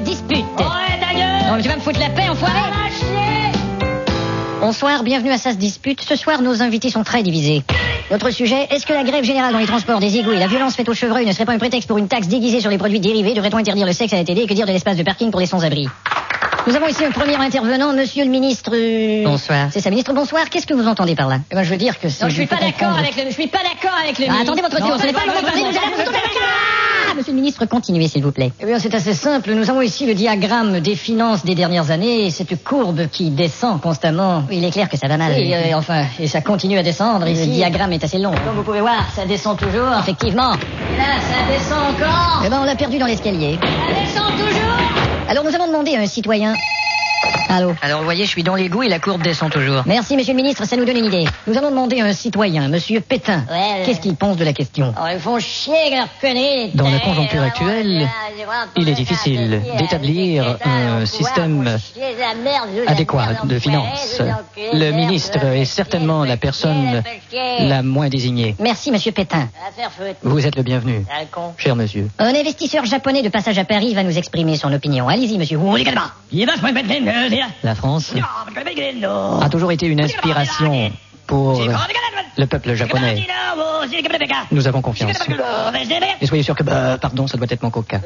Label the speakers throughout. Speaker 1: dispute.
Speaker 2: Oh, Ouais, ta gueule
Speaker 1: Donc tu vas me foutre la paix, enfoiré
Speaker 2: On va chier
Speaker 1: Bonsoir, bienvenue à Ça se dispute. Ce soir, nos invités sont très divisés. Notre sujet, est-ce que la grève générale dans les transports des égouts et la violence faite aux chevreuils ne serait pas un prétexte pour une taxe déguisée sur les produits dérivés Devrait-on interdire le sexe à la télé et que dire de l'espace de parking pour les sans-abri Nous avons ici un premier intervenant, monsieur le ministre... euh,
Speaker 3: Bonsoir. Eh ben,
Speaker 1: C'est ça, ministre, bonsoir. Qu'est-ce que vous entendez par là
Speaker 3: je veux dire que si.
Speaker 2: Non, je suis pas d'accord avec le. Je suis pas d'accord avec le.
Speaker 1: Ah, Attendez votre tour, ce n'est pas le moment de parler, nous allons- Ah, Monsieur le ministre, continuez, s'il vous plaît.
Speaker 3: Eh bien, c'est assez simple. Nous avons ici le diagramme des finances des dernières années et cette courbe qui descend constamment.
Speaker 1: Oui, il est clair que ça va mal.
Speaker 3: Oui, euh, enfin, et ça continue à descendre.
Speaker 1: Le
Speaker 3: Ici.
Speaker 1: diagramme est assez long.
Speaker 3: Comme vous pouvez voir, ça descend toujours.
Speaker 1: Effectivement.
Speaker 3: Et là, ça descend encore.
Speaker 1: Eh ben, on l'a perdu dans l'escalier.
Speaker 2: Ça descend toujours
Speaker 1: Alors, nous avons demandé à un citoyen... Allô
Speaker 3: Alors, vous voyez, je suis dans l'égout et la courbe descend toujours.
Speaker 1: Merci, monsieur le ministre, ça nous donne une idée.
Speaker 3: Nous allons demander à un citoyen, Monsieur Pétain,
Speaker 1: Ouais, ouais.
Speaker 3: qu'est-ce qu'il pense de la question.
Speaker 1: Oh, ils font chier avec leurs conneries.
Speaker 4: Dans la conjoncture actuelle, il est difficile d'établir un système adéquat de finances. Le ministre est certainement la personne la moins désignée.
Speaker 1: Merci, monsieur Pétain.
Speaker 4: Vous êtes le bienvenu, cher monsieur.
Speaker 1: Un investisseur japonais de passage à Paris va nous exprimer son opinion. Allez-y, monsieur. Vous voulez qu'elle
Speaker 4: La France
Speaker 2: Oh,
Speaker 4: a toujours été une inspiration pour euh, le peuple japonais.
Speaker 2: oh,
Speaker 4: Nous avons confiance. Et soyez sûr que, bah, pardon, ça doit être mon coca.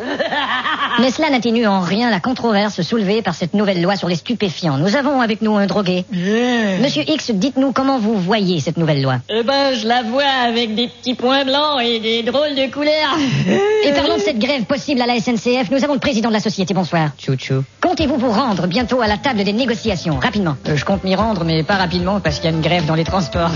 Speaker 1: Mais cela n'atténue en rien la controverse soulevée par cette nouvelle loi sur les stupéfiants. Nous avons avec nous un drogué.
Speaker 2: Euh.
Speaker 1: Monsieur X, dites-nous comment vous voyez cette nouvelle loi.
Speaker 2: Eh ben, je la vois avec des petits points blancs et des drôles de couleurs. Euh.
Speaker 1: Et parlons de cette grève possible à la SNCF. Nous avons le président de la société. Bonsoir.
Speaker 3: Chouchou.
Speaker 1: Comptez-vous vous rendre bientôt à la table des négociations Rapidement.
Speaker 3: Euh, Je compte m'y rendre, mais pas rapidement parce qu'il y a une grève dans les transports.